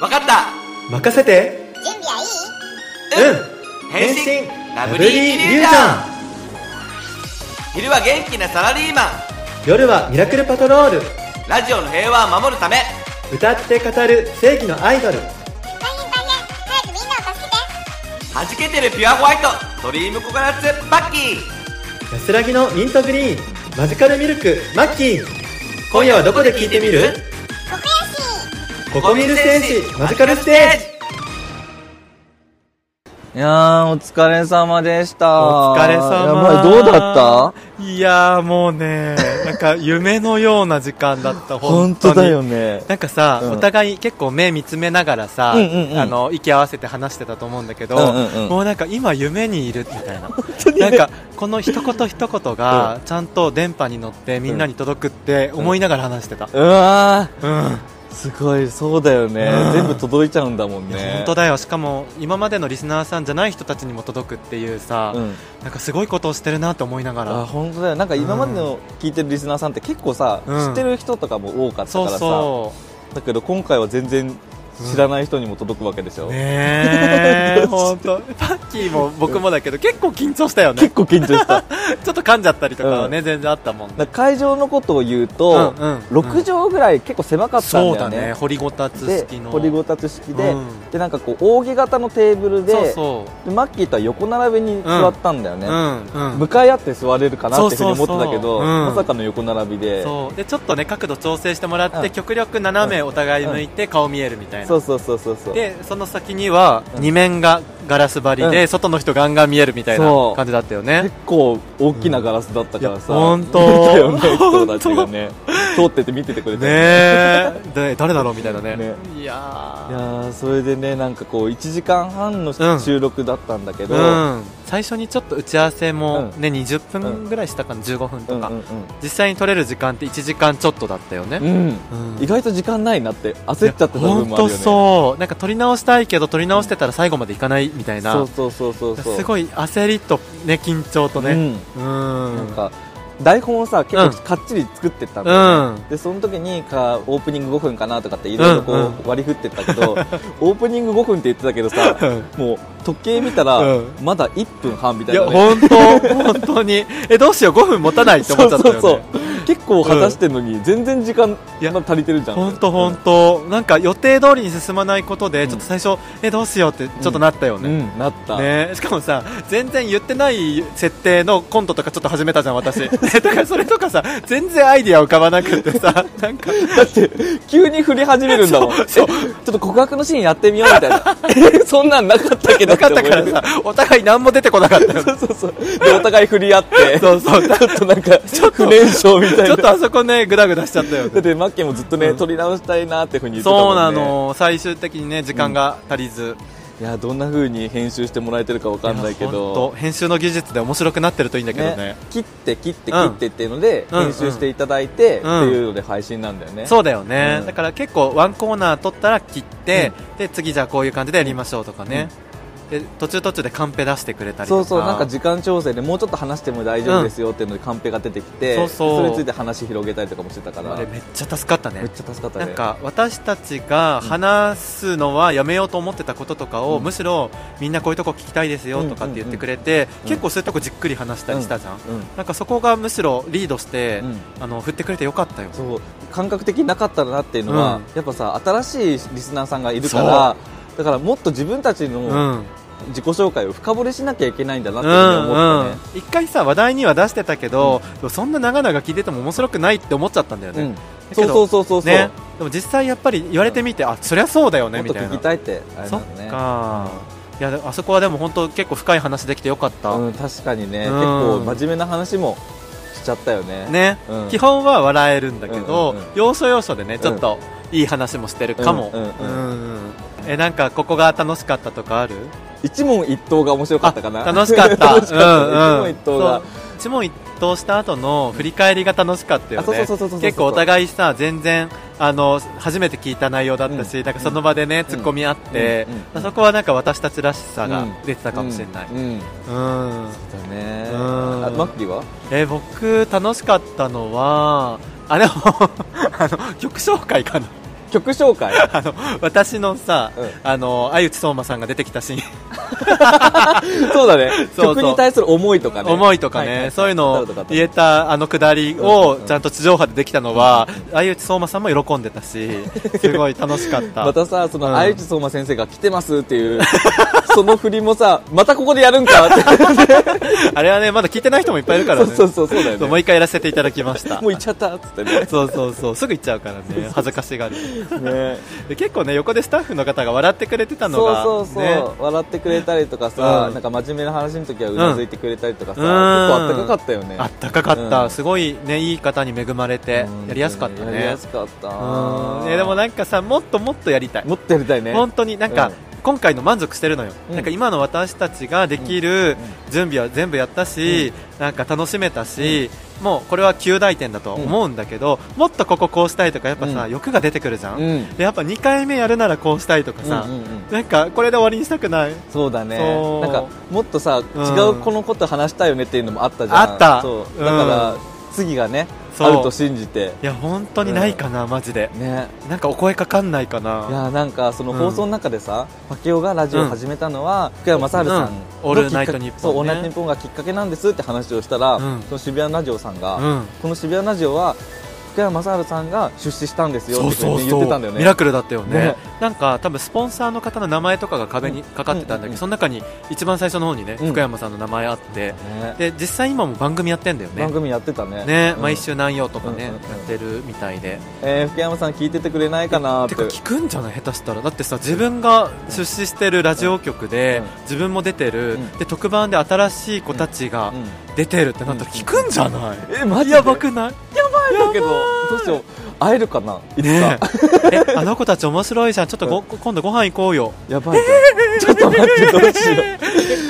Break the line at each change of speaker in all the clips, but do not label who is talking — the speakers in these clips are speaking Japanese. わかった
任せて
準備はいい
うん
変身ラブリーイリュージョン昼は元気なサラリーマン
夜はミラクルパトロール
ラジオの平和を守るため
歌って語る正義のアイドル
大変大変早くみんなを助けて
弾けてるピュアホワイトドリームココナッツバッキー
安らぎのミントグリーンマジカルミルクマッキー今夜はどこで聞いてみる
ここやし
ここ見る戦士マジカルステージ
いやー、お疲れ様でした。
お疲れ
や
様。
ばい、どうだった
たいやーもうね、なんか夢のような時間だった、
本
本当に。
当だよね。
なんかさ、
うん
お互い結構目見つめながらさ、
うんうんうん
あの、息合わせて話してたと思うんだけど、
うんうんうん
もうなんか今夢にいるみたいな。なんか、この一言一言が、ちゃんと電波に乗ってみんなに届くって思いながら話してた。
うわ
うん
ー、すごい、そうだよね
う。ん
全部届いちゃうんだもんね。
本当だよしかも今までのリスナーさんじゃない人たちにも届くっていうさ、
うん。
なんかすごいことをしてるなって思いなが
あ、
ら
本当だよ。なんか今までの聞いてるリスナーさんって結構さ、
うん
知ってる人とかも多かったか
そう
らさ。
そう
だけど今回は全然知らない人にも届くわけでしょ。
ねえ 本当パッキーも僕もだけど結構緊張したよね
結構緊張した。
ちょっと噛んじゃったりとかはね、全然あったもんね
なんか会場のことを言うと、
うんうんうん
6畳ぐらい結構狭かったん
そう
だ
だ
よ
ね
ね。
掘りごたつ
で
式の
ポリゴタツ式で、
うん
でなんかこう扇形のテーブルで
そうそ
でマッキーとは横並びに座ったんだよ
う、
ね、
うんうん
向かい合って座れるかなっていうふうに思ってた
そうそ
け
うそう
ど
うん
まさかの横並びでそ
そうでちょっとね角度調整してもらって、
うん
極力斜めお互い向いて顔見えるみたいな、
うそうそうそうそう
でその先には
うん
2面がガラス張りで、
うん
外の人ガンガン見えるみたいな
そう
感じだったよね
結構大きなガラスだったからさ、
いや本当
見たよね人たちがね通ってて見ててくれて
ねえで誰だろうみたいなね
ね
いや
いやーそれでねなんかこう1時間半の
うん
収録だったんだけ
ー
ど、
うん最初にちょっと打ち合わせも、
う
ね20分ぐらいしたかな15分
う
と
ん
か、
うん
実際に取れる時間って1時間ちょっとだったよね、
うんうん
うん
意外と時間ないなって焦っちゃってた部分もあ
本当
るよね
そうなんか取り直したいけど取り直してたら最後までいかないみたいな、
そうそうそうそうそう
すごい焦りとね緊張とねうん
なんか台本をさ結
うん
構かっちり作ってたんだよね、でその時にかオープニング5分かなとかっていろいろこ
うん
う割り振ってったけ ど、オープニング5分って言ってたけどさ
うん
もう時計見たら、
うん
まだ1分半みた
い
い
や
な、ね、
本当本当にえどうしよう5分持たないって思っちゃったよね
そうそうそう結構果たしてんのに、全然時間
いや
まだ足りてるじゃん
本当本当なんか予定通りに進まないことで
ん
ちょっと最初、えどうしようってちょっとなったよ
う
ね、
んなった、
ねしかもさ全然言ってない設定のコントとかちょっと始めたじゃん私 ねだからそれとかさ全然アイディア浮かばなくってさなんか
だって急に振り始めるんだもん
そうそう
えちょっと告白のシーンやってみようみたいなえそんなんなかったけど
なかったから
て思いな
さ お互い何も出てこなかったよ
がら そうそうそうでお互い振り合って
そうそう
ちょっとなんか不燃焼みた
ち
い
ょ
な
っとあそこねグダグダしちゃったよね
だってマッケンもずっとね、
うん
撮り直したいなっていうふうに言ってたもんね
そうなの、最終的にね時間が足りず、
いやどんな風に編集してもらえてるかわかんないけ
いやほん
ど
と編集の技術で面白くなってるといいんだけどね
切って切って
う
切
ん
ってっていうので、
うん
編集していただいて、
うん
っていうので配信なんだよね
そうだよね、
うん
だから結構ワンコーナー取ったら切って、で次じゃあこういう感じでやりましょうとかね、で途中途中でカンペ出してくれたりとか
そうそうなんか時間調整でもうちょっと話しても大丈夫ですよっていうのでカンペが出てきて、
そうそう
れについて話広げたりとかもしてたから
あ
め
れ
っ
めっちゃ助かったね
ちゃ助かったね
なんか私たちが話すのはやめようと思ってたこととかを、
うん
むしろみんなこういうとこ聞きたいですよとかって言ってくれて、
うん
結構そういうとこじっくり話したりしたじゃん、
うん
なんかそこがむしろリードして、
うん
あの振ってくれてよかったよ
そう感覚的になかったなっていうのは、
うん
やっぱさ新しいリスナーさんがいるからだからもっと自分たち
う
の
ん
自己紹介を深掘りしなきゃいけないんだなっ
う
ていうふうに思った
ん
ね
うん、一回さ話題には出してたけど、でもそんな長々聞いてても面白くないって思っちゃったんだよね、
うん、
け
そう
ど
そうそうそうそう、
ね、でも実際やっぱり言われてみて、あそりゃそうだよ
も
ね
っ
み
と
たい
聞
な
きたいってあれ
そ
な
っ
んだね
か、いやであそこはでも本当結構深い話できてよかった、
うん、確かにね、
うん
結構真面目な話もしちゃったよね
ね、
うん
基本は笑えるんだけど、
うんうんうん
要所要所でねちょっといい話もしてるかも、
うんうんう
う
ん
んえなんかここが楽しかったとかある
一問一答が面白かったかな
あ楽しか った
楽しかった
うんうん
一問一答が
そう一問一答した後の振り返りが楽しかったよ
あそうそう
ね
そうそうそう
結構お互いさ全然あの初めて聞いた内容だったし、なんかその場でね、ツッコミあって、
うんうんうん
あそこはなんか私たちらしさが
うん
出てたかもしれない、
うんうん
うん
そうだね
うん
あマッキーは
えー 僕楽しかったのはあでもあの曲紹介かな
曲紹介
あの私のさ、
うん
あの相内相馬さんが出てきたシーン
そうだね
そうそう
曲に対する思いとかね
思いとかね、
はは
そういうの
な
を
るほど
言えたあのくだり
うん
を
うん
ちゃんと地上波でできたのは、相内相馬さんも喜んでた し、すごい楽しかった。
またさその、
うん
相内相馬先生が来てますっ ていうその振りもさまたここでやるんかって
あれはね、まだ聞いてない人もいっぱいいるからね。
そうそうそうそうだよね
もう一回やらせていただきました。
もう行っちゃったっつってね
そうそうそう、すぐ行っちゃうからね、恥ずかしがる。
ね
で結構ね、横でスタッフの方が笑ってくれてたの
そう
が、
そうそう、
ね、
笑ってくれたりとかさ、
うん
なんか真面目な話の時はうなずいてくれたりとかさ、
うん
結構あったかかったよね
あったかかった、
うん
すごいね、いい方に恵まれて、やりやすかった
やり
ね
や。すかった
うん、ねでもなんかさ、もっともっとやりたい。
もっとやりたいね
本当になんか、
うん
今回の満足してるのよ、
うん
なんか今の私たちができる準備は全部やったし、なんか楽しめたし、もうこれは旧大点だと思うんだけど、もっとこここうしたいとかやっぱさ、
うん
欲が出てくるじゃん、
うん
でやっぱ2回目やるならこうしたいとかさ、
うんうんうん
なんかこれで終わりにしたくない
そうだね
そう
なんかもっとさ、違うこのこと話したいよねっていうのもあったじゃん
あった
そう
うん
だから、次がね
そう
あると信じて
いや本当にないかな、マジで
ね
なんかお声かかんないか
い
な
やなんかその
うん
放送の中でさ、パケオがラジオを始めたのは、福山雅治さんのきっか
う
け、
んオールナイトニッポンね
そうオールナイトニッポンがきっかけなんですって話をしたら、
うん
その渋谷ラジオさんが、
うん
この渋谷ラジオは福山雅治さんが出資したんですよ
そう
って
そう
言っ
そ
てたんだ
う
よね
ミラクルだったよね
ね
なんか多分スポンサーの方の名前とかが壁にかかってたんだけど、
うんうんうん
その中に一番最初の方にね、
うん
福山さんの名前あって、
ね
で実際今も番組やってんだよね
番組やってたね
ね、
うん
毎週何曜とかね、
うんうんうん
やってるみたいで
えー福山さん聞いててくれないかなーって
てか聞くんじゃない下手したらだってさ自分が出資してるラジオ局で、
うん
自分も出てる、
うん
で特番で新しい子たちが
うん
出てるってなったら聞くんじゃない、
えマジで
やばくない
だけどどうしよう会えるかないつか、
ねええあの子たち面白いじゃんちょっとご、今度ご飯行こうよ
やばいじゃんちょっと待ってどうしよ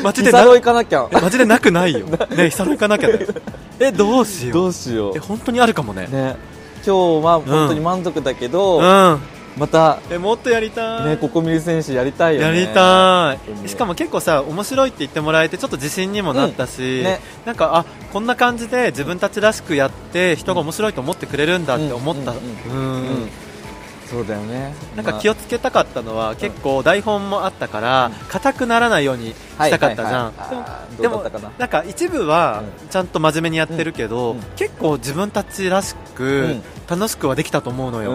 う
街
ヒ
で
サ
な
ロ行かなきゃ
マジでなくない よ。ね、久々行かなきゃだよ。え、どうしよ
ど
う。
うしよ
え、本当にあるかも
う
ね。
ね今日は本当に満足だけど、
うん。
また
え、もっとやりた
ね
い。
ここ見る選手やりたいよ
や
ね
りた
う
い。
ん
しかも結構さ、面白いって言ってもらえて、ちょっと自信にもなったし、
うんね
なんか、あ、こんな感じで自分たちらしくやって、人が面白いと思ってくれるんだって思った。う
うんうん
ん。
そうだよね
なんか気
を
をつけたかったのは、結構台本もあったから、硬くならないようにしたかったじゃん。でもで
でも
も
どうだったかな
なんか一部はちゃんと真面目にやってるけど、
うんうん
結構自分たちらし
う
く
ん
楽しくはできたと思うのよ、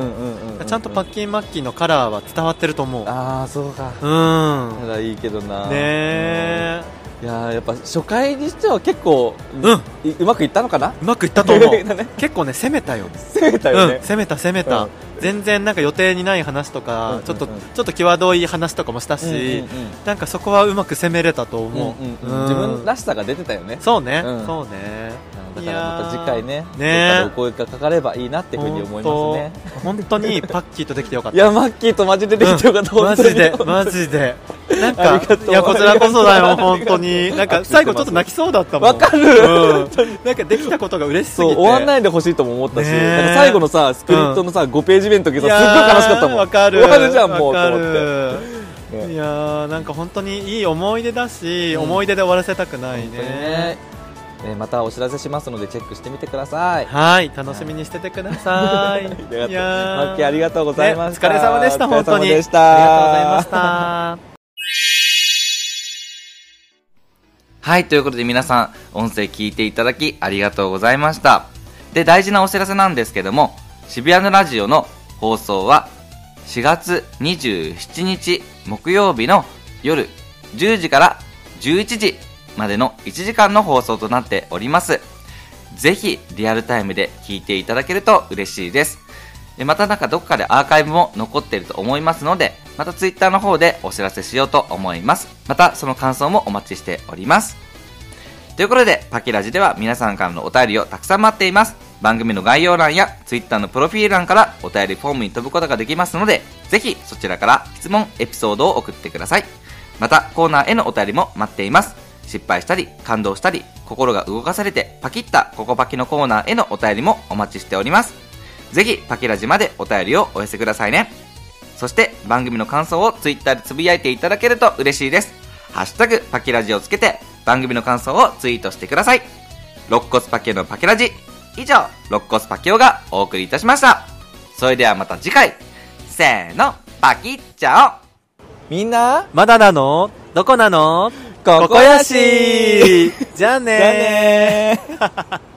ちゃんとパッキンマッキーのカラーは伝わってると思う
ああそうか
うん
ならいいけどな
ねえ
うんいやーやっぱ初回にしては結構
うん
いうまくいったのかな
うまくいったと思う
だね
結構ね攻めたよ
攻めたよ
うん、
ね
攻めた攻めた、
うん
全然なんか予定にない話とか、
うんうんうん
ちょっとちょっと際どい話とかもしたし、
うんうんうん
なんかそこはうまく攻めれたと思う、
うんうんうん自分らしさが出てたよね
そうね、
うん
そうね
だからまた次回ね
いやーね
どっかでお声がかかればいいなっていうふうに思いますね
本当本当にパッキーとできてよかっ
い
た
やマッキーとマジでできてよかった、
マ
本当
ジ
に
で、マジで。なん
あ
か、
りがとう
いや、こちらこそだよ、本当
あり
に。
がとう
なんか、最後ちょっと泣きそうだったもん。
わかる
うんなんか、できたことが嬉しすぎ
そう
て。。
終わんないいでほしいとも思ったし、
ねえ
なんか最後のさスクリプトのさ、5ページ目の時さすっごい悲しかったもん
わかる。
終わるじゃんもうと
わか
思
る
ってね
いやー、なんか本当にいい思い出だし、思い出で終わらせたくない
本当に
ね
ね。えーまたお知らせしますのでチェックしてみてください
はい、楽しみにしててくだ さい。
よかった
いや
マッキーありがとうご
と
ざいました、
お疲れ様でした、
お疲れ
本当
様
に。
でした
ありがとうございました。
はい、ということで皆さん、音声聞いていただきありがとうございました。で、大事なお知らせなんですけども、渋谷のラジオの放送は4月27日木曜日の夜10時から11時までの1時間の放送となっております。ぜひリアルタイムで聞いていただけると嬉しいです。でまたなんかどっかでアーカイブも残っていると思いますので、またツイッターの方でお知らせしようと思います。またその感想もお待ちしております。ということで、パキラジでは皆さんからのお便りをたくさん待っています。番組の概要欄やツイッターのプロフィール欄からお便りフォームに飛ぶことができますので、ぜひそちらから質問、エピソードを送ってください。また、コーナーへのお便りも待っています。失敗したり、感動したり、心が動かされてパキッたココパキのコーナーへのお便りもお待ちしております。ぜひ、パキラジまでお便りをお寄せくださいね。そして番組の感想をツイッターでつぶやいていただけると嬉しいです。ハッシュタグパケラジをつけて番組の感想をツイートしてください。ロッコスパケのパケラジ。以上、ロッコスパケオがお送りいたしました。それではまた次回。
せーの、パキッちゃ
みんな、
まだなのどこなの
ここやし
じゃあね
じゃあねー。
お